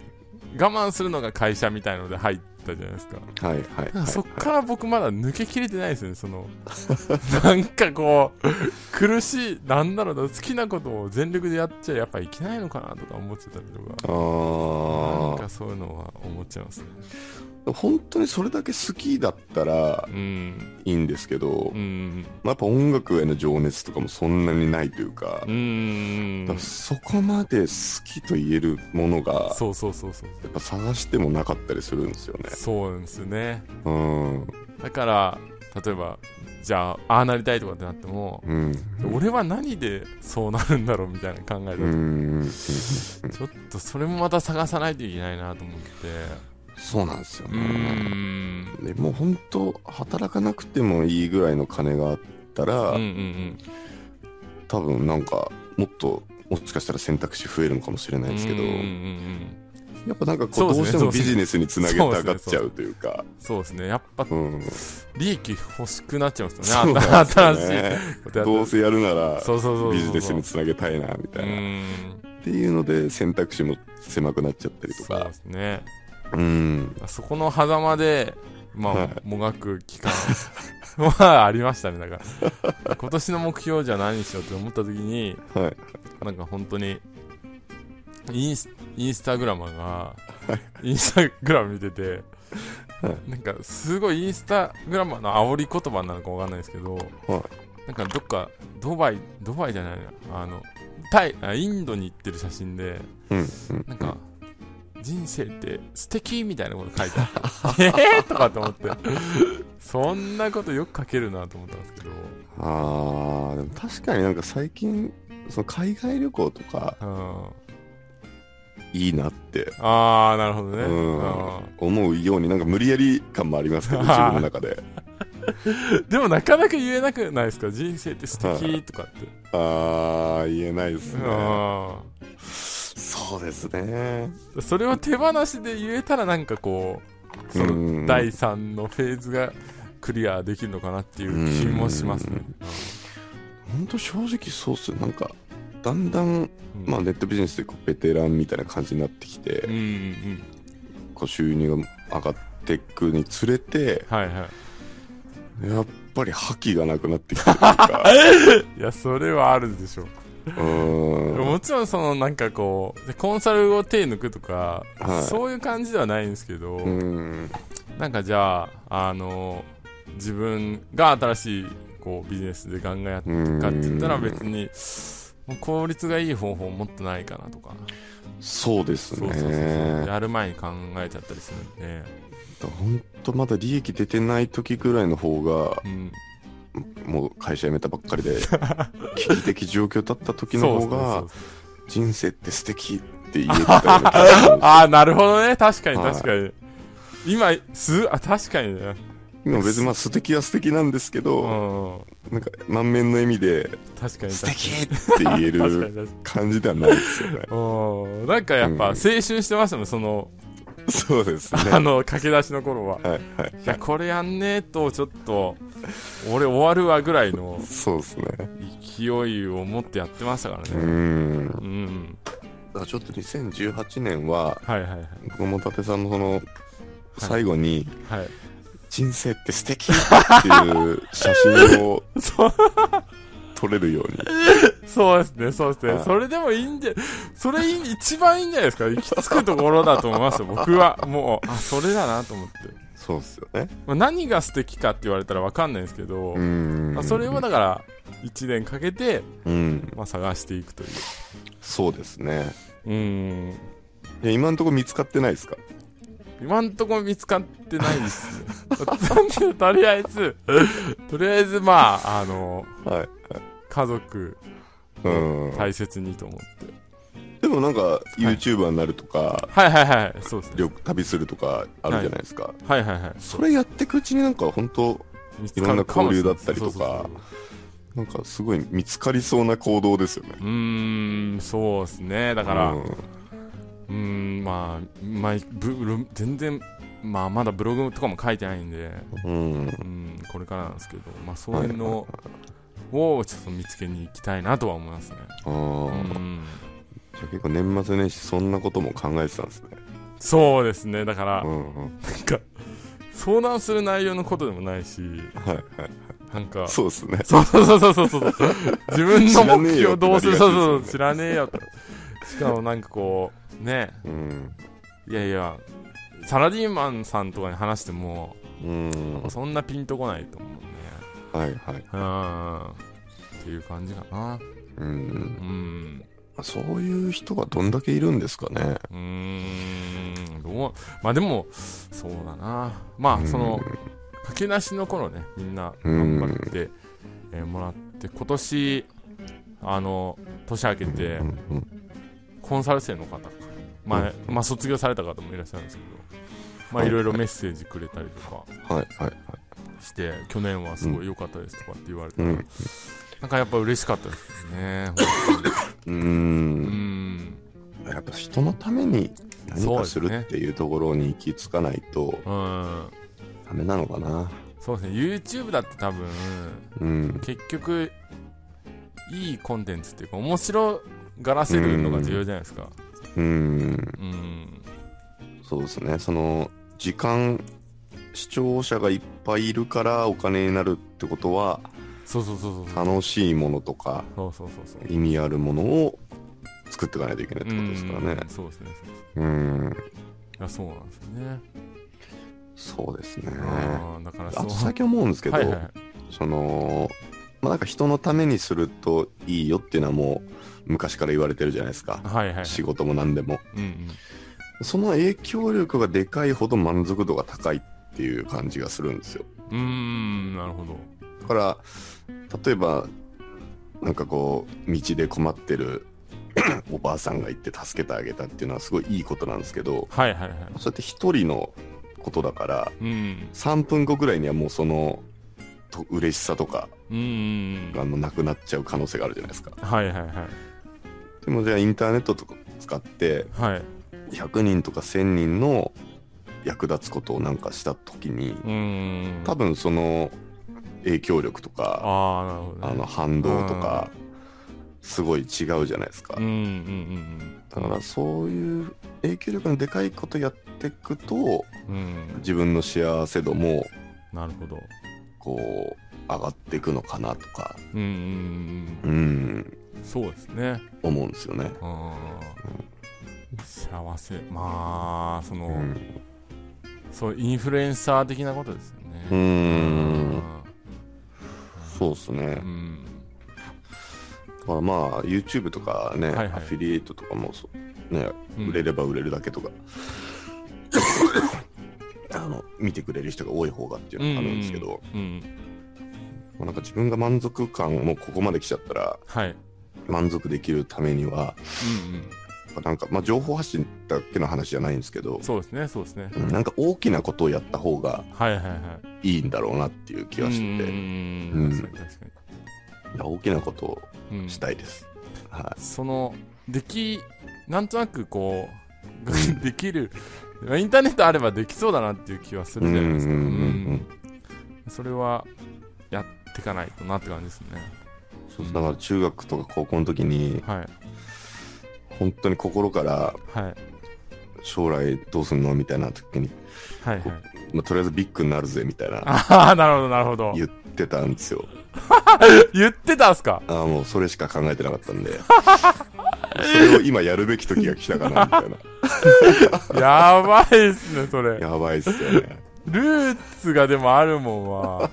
S2: 我慢するのが会社みたいので入ったじゃないですか
S1: はいはい
S2: だか
S1: は
S2: ら
S1: い
S2: そっから僕まだ抜けきれてないですねその なんかこう苦しいなんだろうな好きなことを全力でやっちゃやっぱいけないのかなとか思っちゃったりとか
S1: あ
S2: なん
S1: ー
S2: かそういうのは思っちゃいますね
S1: 本当にそれだけ好きだったら
S2: うん
S1: いいんですけど、
S2: うんうん
S1: まあやっぱ音楽への情熱とかもそんなにないというか,、
S2: うんうんう
S1: だから
S2: ん
S1: そこまで好きと言えるものが
S2: そうそうそうそう
S1: やっぱ探してもなかったりするんですよね。
S2: そうなんですよね
S1: うん、
S2: だから例えばじゃあああなりたいとかってなっても
S1: うん、
S2: 俺は何でそうなるんだろうみたいな考えだ
S1: うん、うん
S2: とちょっとそれもまた探さないといけないなと思って
S1: そうなんですよ
S2: う
S1: ね。
S2: ん
S1: でもう本当働かなくてもいいぐらいの金があったら、
S2: うんうん
S1: 多分なんかもっともしかしたら選択肢増えるのかもしれ
S2: う
S1: ない
S2: ん
S1: ですけど、
S2: うんうんうん
S1: やっぱなんかこう
S2: そ
S1: ど
S2: う
S1: う
S2: ですね
S1: してもビジネスにつなげたがっちゃうというか、
S2: そうですねやっぱ
S1: うん、
S2: 利益欲しくなっちゃいます
S1: そ
S2: よ
S1: う
S2: ね
S1: なんですよ
S2: 新しい
S1: ね
S2: ことやった
S1: ど
S2: ら
S1: うせやるなら
S2: そうそうそうそう
S1: ビジネスにつなげたいなみた
S2: う
S1: いな、っ
S2: ん
S1: ていうので選択肢も狭くなっちゃったりと
S2: そう
S1: か
S2: ですね
S1: うん
S2: そこの狭間でまあ、
S1: はい
S2: もがく期間 はありましたねだから今年の目標じゃあ何にしようって思った時に
S1: はい
S2: なんか本当にインスインスタグラマーがインスタグラム見てて
S1: は
S2: なんかすごいインスタグラマーの煽り言葉なのかわかんないですけどなんかどっかドバイドバイじゃないなあのタイあインドに行ってる写真で
S1: うんうん
S2: なんか人生って素敵みたいなこと書い てあってえ ーとかと思ってそんなことよく書けるなと思ったんですけど
S1: あーでも確かになんか最近その海外旅行とか
S2: うん
S1: いいなって
S2: ああなるほどね
S1: うん
S2: うん
S1: 思うようになんか無理やり感もあります けど自分の中で
S2: でもなかなか言えなくないですか人生って素敵とかって。
S1: ああ言えないですね
S2: う
S1: そうですね
S2: んそれを手放しで言えたらなんかこう、そ
S1: うん
S2: の第3のフェーズがクリアできるのかなっていう気もしますね。
S1: 本当正直そうっすよなんかだんだん、
S2: うん
S1: まあ、ネットビジネスでこうベテランみたいな感じになってきて、
S2: うんうんうん。
S1: こう収入が上がっていくにつれて
S2: はいは
S1: やっぱり覇気がなくなってき てるというか
S2: い。いや、それはあるでしょう。
S1: うーん
S2: もちろんそのなんかこう、コンサルを手抜くとか、
S1: はい
S2: そういう感じではないんですけど、
S1: うん
S2: なんかじゃあ、あの、自分が新しいこうビジネスでガンガンやっ
S1: うん
S2: かって言ったら別にもう効率がいい方法もっとないかなとか
S1: そうです
S2: そう
S1: ね
S2: そうそうそうやる前に考えちゃったりするんで、
S1: 本当まだ利益出てない時ぐらいの方が
S2: うん、
S1: もう会社辞めたばっかり で危機的状況だった時の方が
S2: そうそうそう
S1: 人生って素敵って言えてたような気がする んですよ
S2: ああなるほどね確かに
S1: はい
S2: 確かに、今すあ確かにね
S1: 今別にまあ素敵は素敵なんですけ
S2: う
S1: ど、
S2: ん
S1: なんか満面の笑みで
S2: 確かに確
S1: 素
S2: かに
S1: 敵って言え
S2: 確かに
S1: る
S2: 確かに。
S1: 感じではないですよね
S2: うんなんかやっぱ
S1: うん
S2: 青春してましたねその
S1: そうですね。
S2: あの駆け出しの頃は
S1: はいはい
S2: いやこれやんねえとちょっと俺終わるわぐらいの
S1: そうですね。
S2: 勢いを持ってやってましたから
S1: う
S2: ね
S1: ん。だ
S2: うん
S1: からちょっと2018年は、
S2: はいはいはい
S1: 僕も達さんのその、最後に、
S2: はい
S1: 人生って素敵っていう写真を
S2: そう
S1: 撮れるように。
S2: そうですね、そうです
S1: は
S2: ね。
S1: い
S2: それでもいいんじゃ、それいい、一番いいんじゃないですか。行き着くところだと思いますよ、僕は。もう、あ、それだなと思って。
S1: そうですよね。
S2: まあ、何が素敵かって言われたらわかんないですけど、
S1: うん。
S2: まあ、それをだから、1年かけて、
S1: うん。
S2: まあ、探していくという。
S1: そうですね。
S2: うん。
S1: いや今んとこ見つかってないですか
S2: 今んとこ見つかってないですよとりあえずとりあえずまああの
S1: はい。
S2: 家族
S1: うん。
S2: 大切にと思って
S1: でもなんか、YouTuber になるとか、
S2: はいはいはいそうですね
S1: 旅旅するとかあるじゃないですか。
S2: はいはいはい
S1: それやっていくうちになんか本当
S2: 見つ
S1: いろんな交流
S2: か
S1: だ
S2: も
S1: ったりとか
S2: しれないそうそうそう
S1: なんかすごい見つかりそうな行動ですよね。
S2: うーんそうですねだから
S1: う
S2: うんーんまあまあブログ全然まあまだブログとかも書いてないんで
S1: うん。
S2: うんこれからなんですけどまあそういうのをちょっと見つけに行きたいなとは思いますね
S1: あ
S2: う
S1: ー
S2: ん
S1: じゃあ結構年末年始そんなことも考えてたんですね。
S2: そうですねだから
S1: うんうん。
S2: 相談する内容のことでもないし
S1: はいはい。
S2: なんか
S1: そうですね。
S2: そうそうそうそ うそうそう。自分の目標をどうする、
S1: 知ら
S2: そう
S1: ねえよ
S2: そう
S1: ってなりがちですよね
S2: そう、知らねえよと。しかもなんかこう、ね、
S1: うん。
S2: いやいや、サラリーマンさんとかに話しても、
S1: うん。
S2: そんなピンとこないと思うね。
S1: はいはい。
S2: うん。っていう感じかな。
S1: う。
S2: うんん。
S1: そういう人がどんだけいるんですかね。
S2: うーん。どう、まあでも、そうだな。まあ、その、駆け出しの頃ね、みんな頑張って、えーもらって、今年、あの、年明け
S1: うん、
S2: て
S1: う、ん
S2: コンサル生の方か、まあまあ、卒業された方もいらっしゃるんですけど、まあ、いろいろメッセージくれたりとか
S1: はいはいはい。
S2: して、去年はすごい良かったですとかって言われて、
S1: うん。
S2: なんかやっぱ嬉しかったですよね。
S1: う。
S2: うんん。
S1: やっぱ人のために何かするっていうところに行き着かないと
S2: うん。
S1: ダメなのかな。
S2: そうですね、YouTube だって多分、
S1: うん。
S2: 結局、いいコンテンツっていうか、面白がらせるのが重要じゃないですか。
S1: うん。
S2: うん。
S1: そうですね。その、時間、視聴者がいっぱいいるからお金になるってことは、
S2: そうそうそうそう。
S1: 楽しいものとか、
S2: そうそうそうそう。
S1: 意味あるものを作っていかないといけないってことですからね
S2: うん。そうですね。そうですね
S1: うん。
S2: いや、そうなんですよね。
S1: そうですね。
S2: うんだから
S1: あ
S2: そう。
S1: と最近思うんですけど、
S2: はいはい、
S1: その、まあ、なんか人のためにするといいよっていうのはもう昔から言われてるじゃないですか。
S2: はいはい。
S1: 仕事も何でも。
S2: うんうん。
S1: その影響力がでかいほど満足度が高いっていう感じがするんですよ。
S2: うーん、なるほど。
S1: だから例えばなんかこう道で困ってる おばあさんが行って助けてあげたっていうのはすごいいいことなんですけど
S2: はいはいはい。
S1: そうやって一人のことだから
S2: うん。
S1: 3分後ぐらいにはもうそのと嬉しさとか
S2: うんうんうん。
S1: がもうなくなっちゃう可能性があるじゃないですか
S2: はいはいはい。
S1: でもじゃあインターネットとか使って
S2: はい。
S1: 100人とか1000人の役立つことをなんかした時に
S2: うーん。
S1: 多分その影響力とか
S2: ああ、なるほど、
S1: あ
S2: ね。
S1: の反動とかすごい違うじゃないですか
S2: うんうん
S1: だからそういう影響力のでかいことやっていくと
S2: うんうん。うん。
S1: 自分の幸せ度も
S2: なるほど。
S1: こう上がっていくのかなとか
S2: うん
S1: う
S2: うん
S1: ん
S2: うん。そうですね。
S1: 思うんですよね。
S2: うん。幸せ。まあ、その、
S1: うん
S2: そう、インフルエンサー的なことですよね。
S1: うーん
S2: ん。
S1: そうですね
S2: うん。
S1: だからまあ YouTube とかね、
S2: はいはい
S1: アフィリエイトとかもそう、ね、
S2: うん
S1: 売れれば売れるだけ とか、あの見てくれる人が多い方がっていうのがあるんですけど、も
S2: うん。
S1: うなんか自分が満足感もうここまで来ちゃったら
S2: はい。
S1: 満足できるためには
S2: うんうん。
S1: なんか、まあ、情報発信だけの話じゃないんですけど、
S2: そうですね、そうですね。
S1: うんなんか大きなことをやった方が
S2: はいはいはい。
S1: いいんだろうなっていう気がして
S2: う
S1: て、
S2: ん
S1: うん
S2: 確かに確か
S1: いや大きなことを
S2: に、うん
S1: したいです。は
S2: そのできなんとなくこう できるまあインターネットあればできそうだなっていう気はす
S1: い。
S2: るじゃないですか
S1: うんうんうんうん
S2: うんそれはやっていかないとなって感じですね
S1: そうだから中学とか高校の時に
S2: はい
S1: 本当に心から
S2: はい
S1: 将来どうすんのみたいな時に、
S2: はいはい
S1: まあ、とりあえずビッグになるぜみたいな
S2: ああなるほどなるほど
S1: 言ってたんですよ
S2: 言ってたんす か
S1: ああもうそれしか考えてなかったん でそれを今やるべき時が来たかなみたいな
S2: やばいっす ねそれ
S1: やばいっすよね
S2: ルーツがでもあるもんは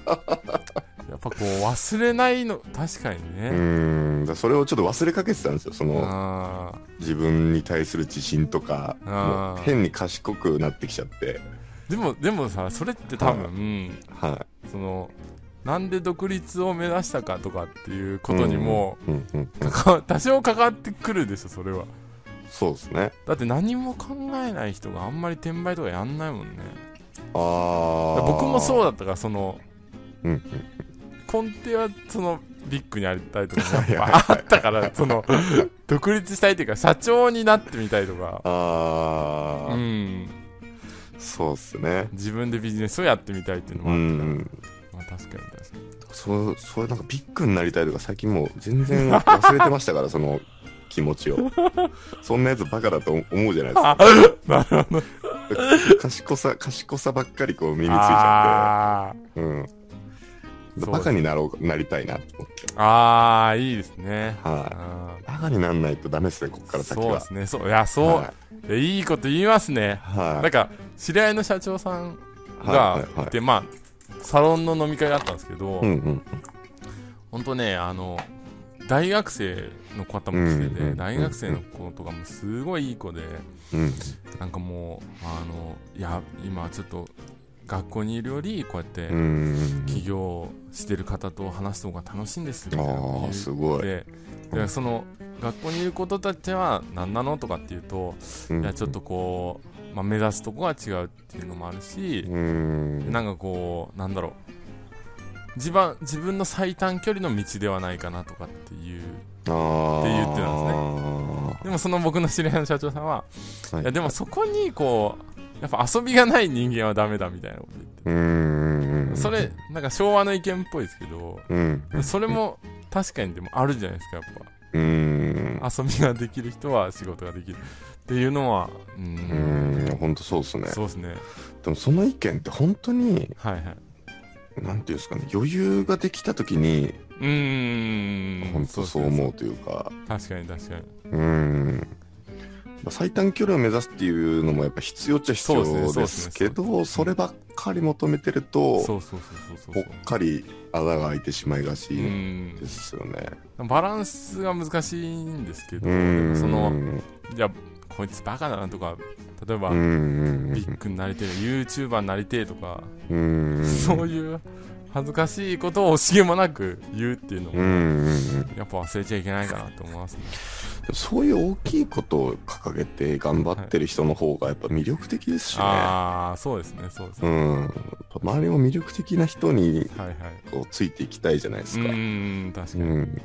S2: やっぱこう忘れないの確かに
S1: う
S2: ね、
S1: ーんだからそれをちょっと忘れかけてたんですよその
S2: ああ
S1: 自分に対する自信とかも
S2: あー
S1: う変に賢くなってきちゃって
S2: でもでもさそれって多分、うん
S1: は
S2: そのなんで独立を目指したかとかっていうことにも、
S1: い、うんうんうん、
S2: か 多少関わってくるでしょそれは
S1: そうですね
S2: だって何も考えない人があんまり転売とかやんないもんね
S1: あ
S2: だか
S1: あ
S2: ら僕もそううだったからその
S1: うんうん
S2: 根底はそのビッグにありたいとか
S1: い
S2: や
S1: は
S2: っぱあったからその独立したいというか社長になってみたいとか
S1: ああ、
S2: うん
S1: そうですね
S2: 自分でビジネスをやってみたいっていうの
S1: う
S2: もあったから、
S1: ん
S2: まあ、確かに確かに
S1: そうそうなんかビッグになりたいとか最近もう全然忘れてました からその気持ちをそんなやつバカだと思思うじゃない です か
S2: なるほど
S1: 賢さ賢さばっかりこう身についちゃっ
S2: あ
S1: てうん
S2: そう
S1: バカになろうなりたいなと思って
S2: ーあーいいですね
S1: はい、
S2: あ
S1: バカになんないとダメですねこっか
S2: ー
S1: ら先
S2: そうで
S1: は
S2: すねそういやそう、
S1: はい
S2: やいいこと言いますね
S1: はい
S2: なんか知り合いの社長さん
S1: は
S2: が
S1: いはいはい
S2: でまあサロンの飲み会があったんですけど、
S1: うんうん
S2: ほんとねあの大学生の方も来てて、
S1: うんうんうん
S2: 大学生の子とかもすごいいい子で
S1: うん
S2: なんかもうあのいや今ちょっと学校にいるよりこうやって
S1: うん
S2: 起業してる方と話す方が楽しいんですみたいなこと
S1: あ
S2: 言
S1: あ
S2: っ
S1: すごい、
S2: ででその学校にいる子たちは何なのとかっていうと
S1: うん
S2: いやちょっとこう、まあ、目指すとこが違うっていうのもあるし
S1: うん
S2: なんかこうなんだろう自分自分の最短距離の道ではないかなとかっていう
S1: ああ
S2: って言ってた
S1: んで
S2: でもその僕の知り合いの社長さんは
S1: すね
S2: いやでもそこにこうやっぱ遊びがない人間はダメだみたいなこと言って
S1: うーん
S2: それなんか昭和の意見っぽいですけど
S1: うん
S2: それも確かにでもあるじゃないですかやっぱ
S1: うーん
S2: 遊びができる人は仕事ができるっていうのは
S1: う
S2: う
S1: んーん本当そうですね
S2: そうですね
S1: でもその意見って本当に
S2: はいはい
S1: なんていうんですかね余裕ができた時に
S2: うーん
S1: 本当そう
S2: ですね
S1: 思うというか
S2: 確かに確かに
S1: うーんまあ最短距離を目指すっていうのもやっぱ必要っちゃ必
S2: そうですね
S1: 要
S2: そう
S1: で
S2: です
S1: す
S2: ね
S1: けどそればっかり求めてると
S2: そうそうそうそうそ
S1: ぽ
S2: う
S1: っかり穴が開いてしまいが
S2: う
S1: ち
S2: ん
S1: ですよね
S2: バランスが難しいんですけど
S1: う
S2: で
S1: ー
S2: も
S1: ん
S2: そうの
S1: ん
S2: いやこいつバカだなとか例えば
S1: うんうん
S2: ビッグになりてえ YouTuber になりてえとか
S1: うんうん
S2: そういう恥ずかしいことを惜しげもなく言うっていうの
S1: うんう
S2: も
S1: んうん
S2: やっぱ忘れちゃいけないかなと思 いますね
S1: そういう大きいことを掲げて頑張ってる人の方がやっぱ魅力的ですしね。
S2: ああそうですねそうですね
S1: うん。やっぱ周りも魅力的な人に
S2: はいはい
S1: こうついていきたいじゃないで
S2: う
S1: すか。
S2: ーん確か
S1: う
S2: に、
S1: ん。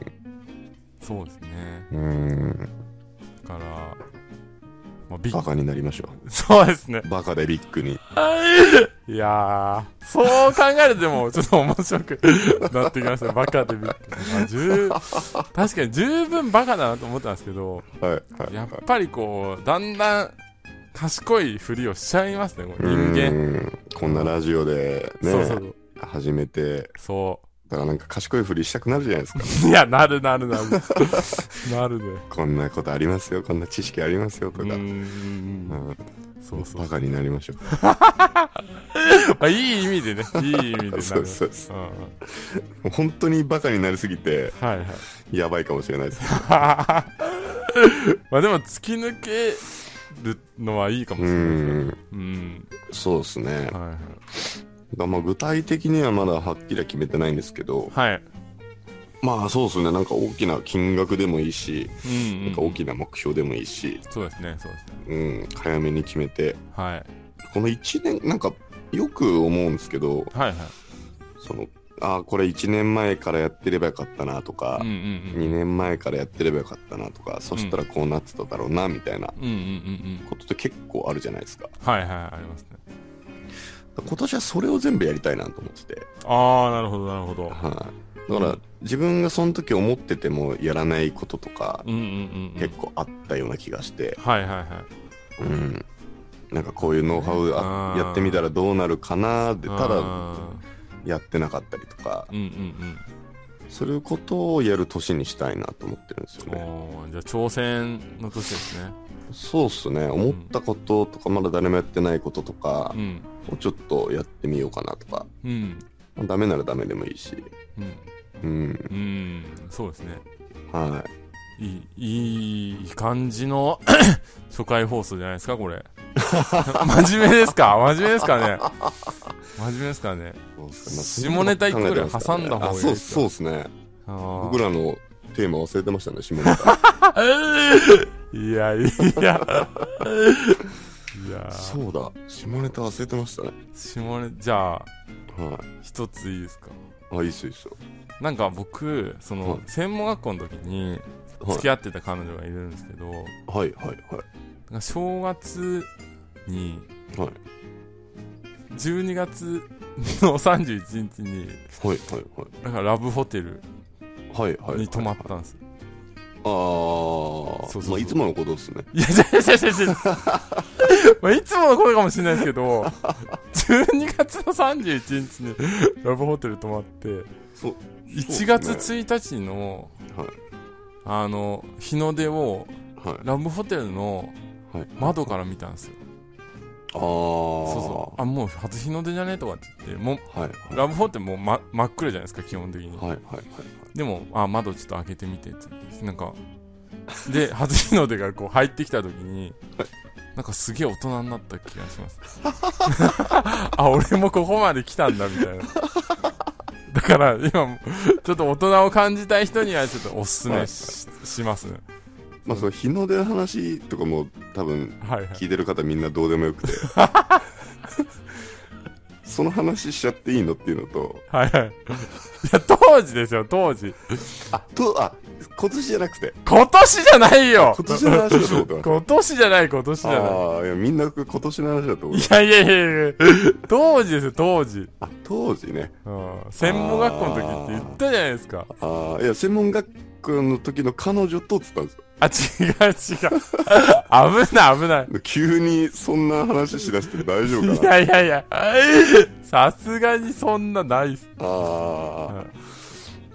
S2: そうですね
S1: うん。
S2: だから、まあ、ビ
S1: バ
S2: ッ
S1: カになりましょ
S2: そうですね
S1: う。バカでビッグに。
S2: いやーそう考えるとでもちょっと面白くなってきましたバカでビッグ、まあ十、確かに十分バカだなと思ったんですけど
S1: はいはい。
S2: やっぱりこうだんだん賢いふりをしちゃいますねこう人間、
S1: うんこんなラジオでね、
S2: そうそう
S1: 始めて、
S2: そ
S1: だからなんか賢いふりしたくなるじゃないですか。
S2: うい やなるなるなるなるね
S1: こんなことありますよ、こんな知識ありますよと
S2: う
S1: か。う
S2: ー
S1: んん
S2: そうそう
S1: バカになりましょ
S2: まあいい意味でねいい意味でな
S1: う。
S2: る
S1: そうそうそ
S2: うんうん
S1: う。本当にバカになりすぎて、
S2: はい はい
S1: やばいかもしれないです。
S2: まあでも突き抜けるのはいいかも
S1: う
S2: しれないですね。
S1: ん。
S2: うん。
S1: そうですね。
S2: はい
S1: だまあ具体的にはまだはっきりは決めてないんですけど、
S2: はい。はい。
S1: まあそうですね、なんか大きな金額でもいいし、
S2: うん、う
S1: なん
S2: ん。
S1: か大きな目標でもいいし、
S2: そうですね、そうですね。
S1: うん、早めに決めて、
S2: はい。
S1: この1年、なんかよく思うんですけど、
S2: はいはい。
S1: その、ああ、これ1年前からやってればよかったなとか
S2: うん、うん
S1: 2年前からやってればよかったなとか、そしたらこうなってただろうな、みたいな
S2: うん。うんうんうん
S1: ことって結構あるじゃないですか。
S2: うん。はいはい、ありますね。
S1: 今年はそれを全部やりたいなと思ってて。
S2: ああ、なるほど、なるほど。
S1: はい、だから自分がその時思っててもやらないこととか
S2: うんうんうんうん。
S1: 結構あったような気がして、
S2: はいはいはい。
S1: うん、なんかこういうノウハウあ
S2: あー
S1: やってみたらどうなるかなでただ
S2: あ
S1: やってなかったりとか
S2: ーうんうん
S1: することをやる年にしたいなと思ってるんですよ
S2: うん。
S1: ね。
S2: おーじゃあ挑戦の年ですね。
S1: そうっすね思ったこととかまだ誰もやってないこととか
S2: うん。
S1: をちょっとやってみようかなとか
S2: うん。
S1: まあダメならダメでもいいし。
S2: うん
S1: うん。
S2: うんそうですね
S1: はい
S2: いいい感じの 初回放送じゃないですか これ真面目ですか真面目ですかね真面目ですかね
S1: い。そうっすねまあ
S2: 下ネタ一個ぐらい挟んだ方がいいですか
S1: あそうそうですね。
S2: あー
S1: 僕らのテーマ忘れてましたね、下ネ タ。
S2: いやいやいや
S1: そうだ、下ネタ忘れてましたね。
S2: 下ネじゃあ
S1: は
S2: 一ついいですか
S1: い。あ、いいっすよ、いいっすよ。
S2: なんか僕その、
S1: はい
S2: 専門学校の時に
S1: はい
S2: 付き合ってた彼女がいるんですけど、
S1: はい、はい、はい。
S2: なんか正月に、
S1: はい
S2: 12月の31日に
S1: はい、はい、はい。
S2: なんかラブホテル
S1: はいはい、はい。
S2: に泊まったんですよ、
S1: あー、
S2: そうそうそう
S1: まあ、いつものことですね。
S2: いやいやいやいやいや まあいつものことかもしれないですけど12月の31日にラブホテル泊まって
S1: そう。
S2: 1月1日の、
S1: はい
S2: あの日の出を
S1: はい。
S2: ラブホテルの
S1: はい
S2: 窓から見たんですよ、
S1: あー。そ
S2: そうそうあもう初日の出じゃねとかって言ってもう
S1: う。はい、
S2: ラブホってもう、ま、真っ暗じゃないですか基本的に、
S1: はい、はい、はい。
S2: でもあ窓ちょっと開けてみてってなんかで 初日の出がこう入ってきた時になんかすげえ大人になった気がします あ俺もここまで来たんだみたいなだから今もちょっと大人を感じたい人にはちょっとおすすめし,、ますね
S1: まあ、その日の出の話とかも多分
S2: はいはい
S1: 聞いてる方みんなどうでもよく てその話しちゃっていいのっていうのと
S2: はいはいいや当時ですよ当時
S1: あとあ今年じゃなくて
S2: 今年じゃないよ
S1: 今年の話でしょと思って
S2: 今年じゃない今年じゃない
S1: ああいやみんな今年の話だと思う
S2: いやいやいやいや、当時ですよ、当時。
S1: あ当時ね
S2: うん。専門学校の時って言ったじゃないですか。
S1: ああいや専門学校の時の彼女とっつったんですよ
S2: あ違う違う。危ない危ない。
S1: で急にそんな話しだして大丈夫
S2: い
S1: かな
S2: やいやいや、さすがにそんなないっす。
S1: ああ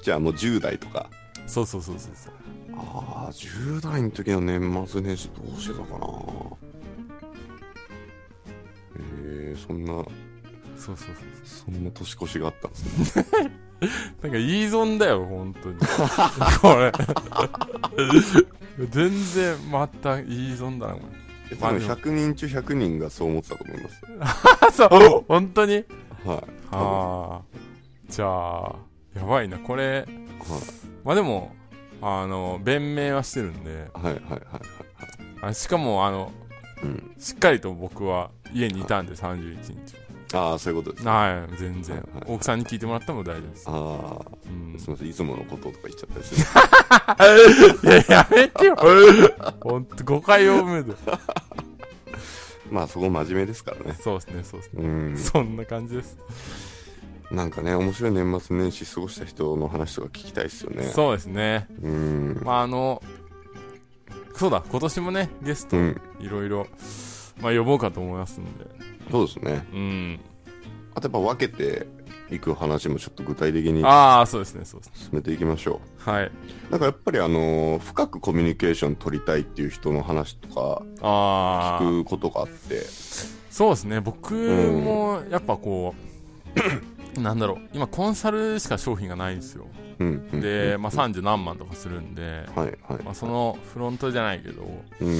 S1: じゃあもう10代とか
S2: そうそうそうそうそう。
S1: ああ10代の時の年末年始どうしてたかなえー、そんな
S2: そうそうそうそう。
S1: そんな年越しがあったんですね。
S2: なんか言い損だよ、本当に。これ。全然、また言い損だな、これ。ま
S1: 多
S2: あ
S1: 分
S2: でも
S1: 100人中100人がそう思ってたと思います。
S2: あ、そう、本当に
S1: はい。
S2: ああ。じゃあ、やばいな、これ。まあでも、あの、弁明はしてるんで、
S1: はいはいはいはい。
S2: あしかも、あの、
S1: うん。
S2: しっかりと僕は家にいたんで、31日
S1: ああ、そういうことです。あ
S2: は。はい、全然
S1: はいはい。
S2: 奥さんに聞いてもらっても大丈夫です。
S1: あ
S2: う
S1: ー、
S2: ん
S1: すみません。いつものこととか言っちゃったりする。
S2: いや、やめて よほんと、誤解を生むで。
S1: まあそこ真面目ですからね。
S2: そうですね、そうですね。
S1: うん。
S2: そんな感じです。
S1: なんかね、面白い年末年始過ごした人の話とか聞きたいですよね。
S2: そうですね。
S1: う。うん。
S2: まあ、あの、そうだ、今年もね、ゲ
S1: う
S2: スト、
S1: ん。
S2: いろいろ、まあ、呼ぼうかと思いますんで。
S1: そうですね。
S2: うん。
S1: あとやっぱ分けていく話もちょっと具体的に
S2: ああ、そうですね、そうですね。
S1: 進めていきましょ
S2: はい。
S1: う。なんかやっぱりあのー深くコミュニケーション取りたいっていう人の話とか
S2: ああ。
S1: 聞くことがあって。
S2: そうですね僕もやっぱこう、 なんだろう今コンサルしか商品がないんですよ
S1: うんうん。
S2: で、まあ、30何万とかするんで、
S1: はいはい。
S2: まあ、そのフロントじゃないけど
S1: うん。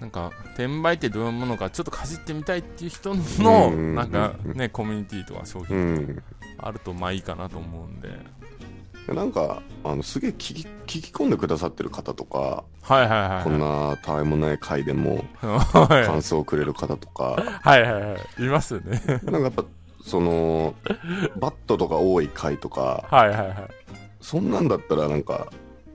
S2: なんか転売ってどういうものかちょっとかじってみたいっていう人
S1: う
S2: の
S1: ん
S2: なんかねコミュニティとか商
S1: う
S2: 品
S1: ん、
S2: あるとまあいいかなと思うんで
S1: なんかあのすげえ聞き聞き込んでくださってる方とか、
S2: はいはいはい
S1: こんなたわいもない回でも
S2: はい
S1: 感想をくれる方とか
S2: はいはいはいいますよね
S1: なんかやっぱそのバットとか多い回とか
S2: はいはいはい
S1: そんなんだったらなんか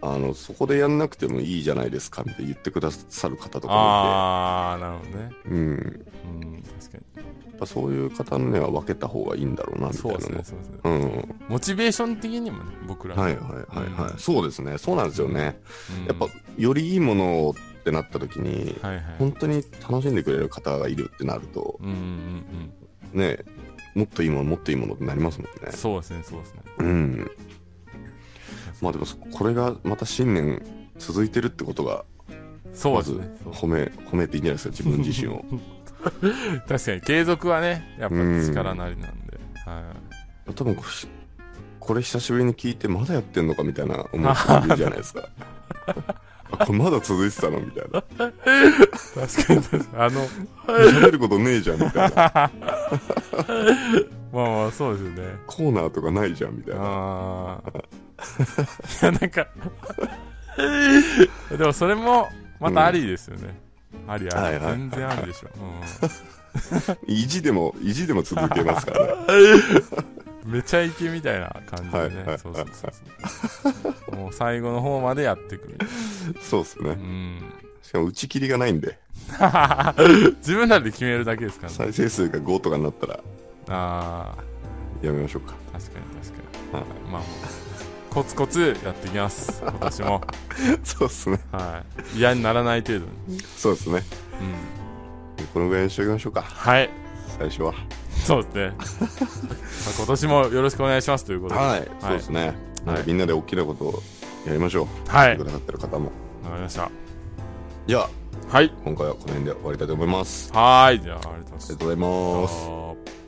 S1: あのそこでやんなくてもいいじゃないですかみたいな言ってくださる方とか
S2: ああなるほどね
S1: もいて、うん、
S2: うん確か
S1: やっぱそういう方のねは分けた方がいいんだろうな
S2: に
S1: みた
S2: そ
S1: いうな
S2: です
S1: の
S2: ねそうですね
S1: うん、
S2: モチベーション的にもね僕ら
S1: はいはいはいはい、そうですねそうなんですよね、
S2: うん
S1: やっぱよりいいものをってなった時に
S2: はいはい。
S1: 本当に楽しんでくれる方がいるってなると
S2: うんうんうん
S1: ねもっといいものもっといいものってなりますもん
S2: うん。
S1: ね
S2: そうですね、そうですね。
S1: うんまあでもそこれがまた新年続いてるってことが
S2: そう
S1: ま
S2: です
S1: ず
S2: ね。そう
S1: 褒め褒めていいんじゃないですか自分自身を
S2: 確かに継続はね、やっぱ力なりなんで。は
S1: 多分これこれ久しぶりに聞いてまだやってんのかみたいな思う人いるじゃないですかあこれまだ続いてたのみたいな
S2: 確かに確かにあの
S1: 喋ることねえじゃんみたいな
S2: まあまあそうですよね
S1: コーナーとかないじゃんみたいな
S2: あ あいやなんか でもそれもまたありですよね、ありあり、
S1: はいはい
S2: 全然ありでしょ、
S1: 意地でも意地でも続けますからね
S2: うん、めちゃイケみたいな感じでね、
S1: はいはい
S2: そうそうそうそうもう最後の方までやってくる
S1: そうっす
S2: う
S1: ね
S2: ん
S1: しかも打ち切りがないんで
S2: 自分らで決めるだけですからね
S1: 再生数が5とかになったら
S2: あ
S1: やめましょうか
S2: あ確かに確か
S1: は
S2: に、まあもうコツコツやっていきます今年 も、
S1: そうっすね
S2: はい、嫌にならない程度に、
S1: そうですね
S2: うん、
S1: このぐらいにしときましょうか
S2: はい
S1: 最初は
S2: そうですね。まあ今年もよろしくお願いしますということで。
S1: はい、
S2: はい
S1: そうですね、
S2: はい
S1: はいみんなで大きなことをやりましょう
S2: はい
S1: 来てくださってる方も
S2: わかりました。
S1: じゃあ
S2: はい。
S1: 今回はこの辺で終わりたいと思います
S2: はーい。じゃあ、ありがとうござ
S1: ありが
S2: い
S1: とうございます
S2: ます。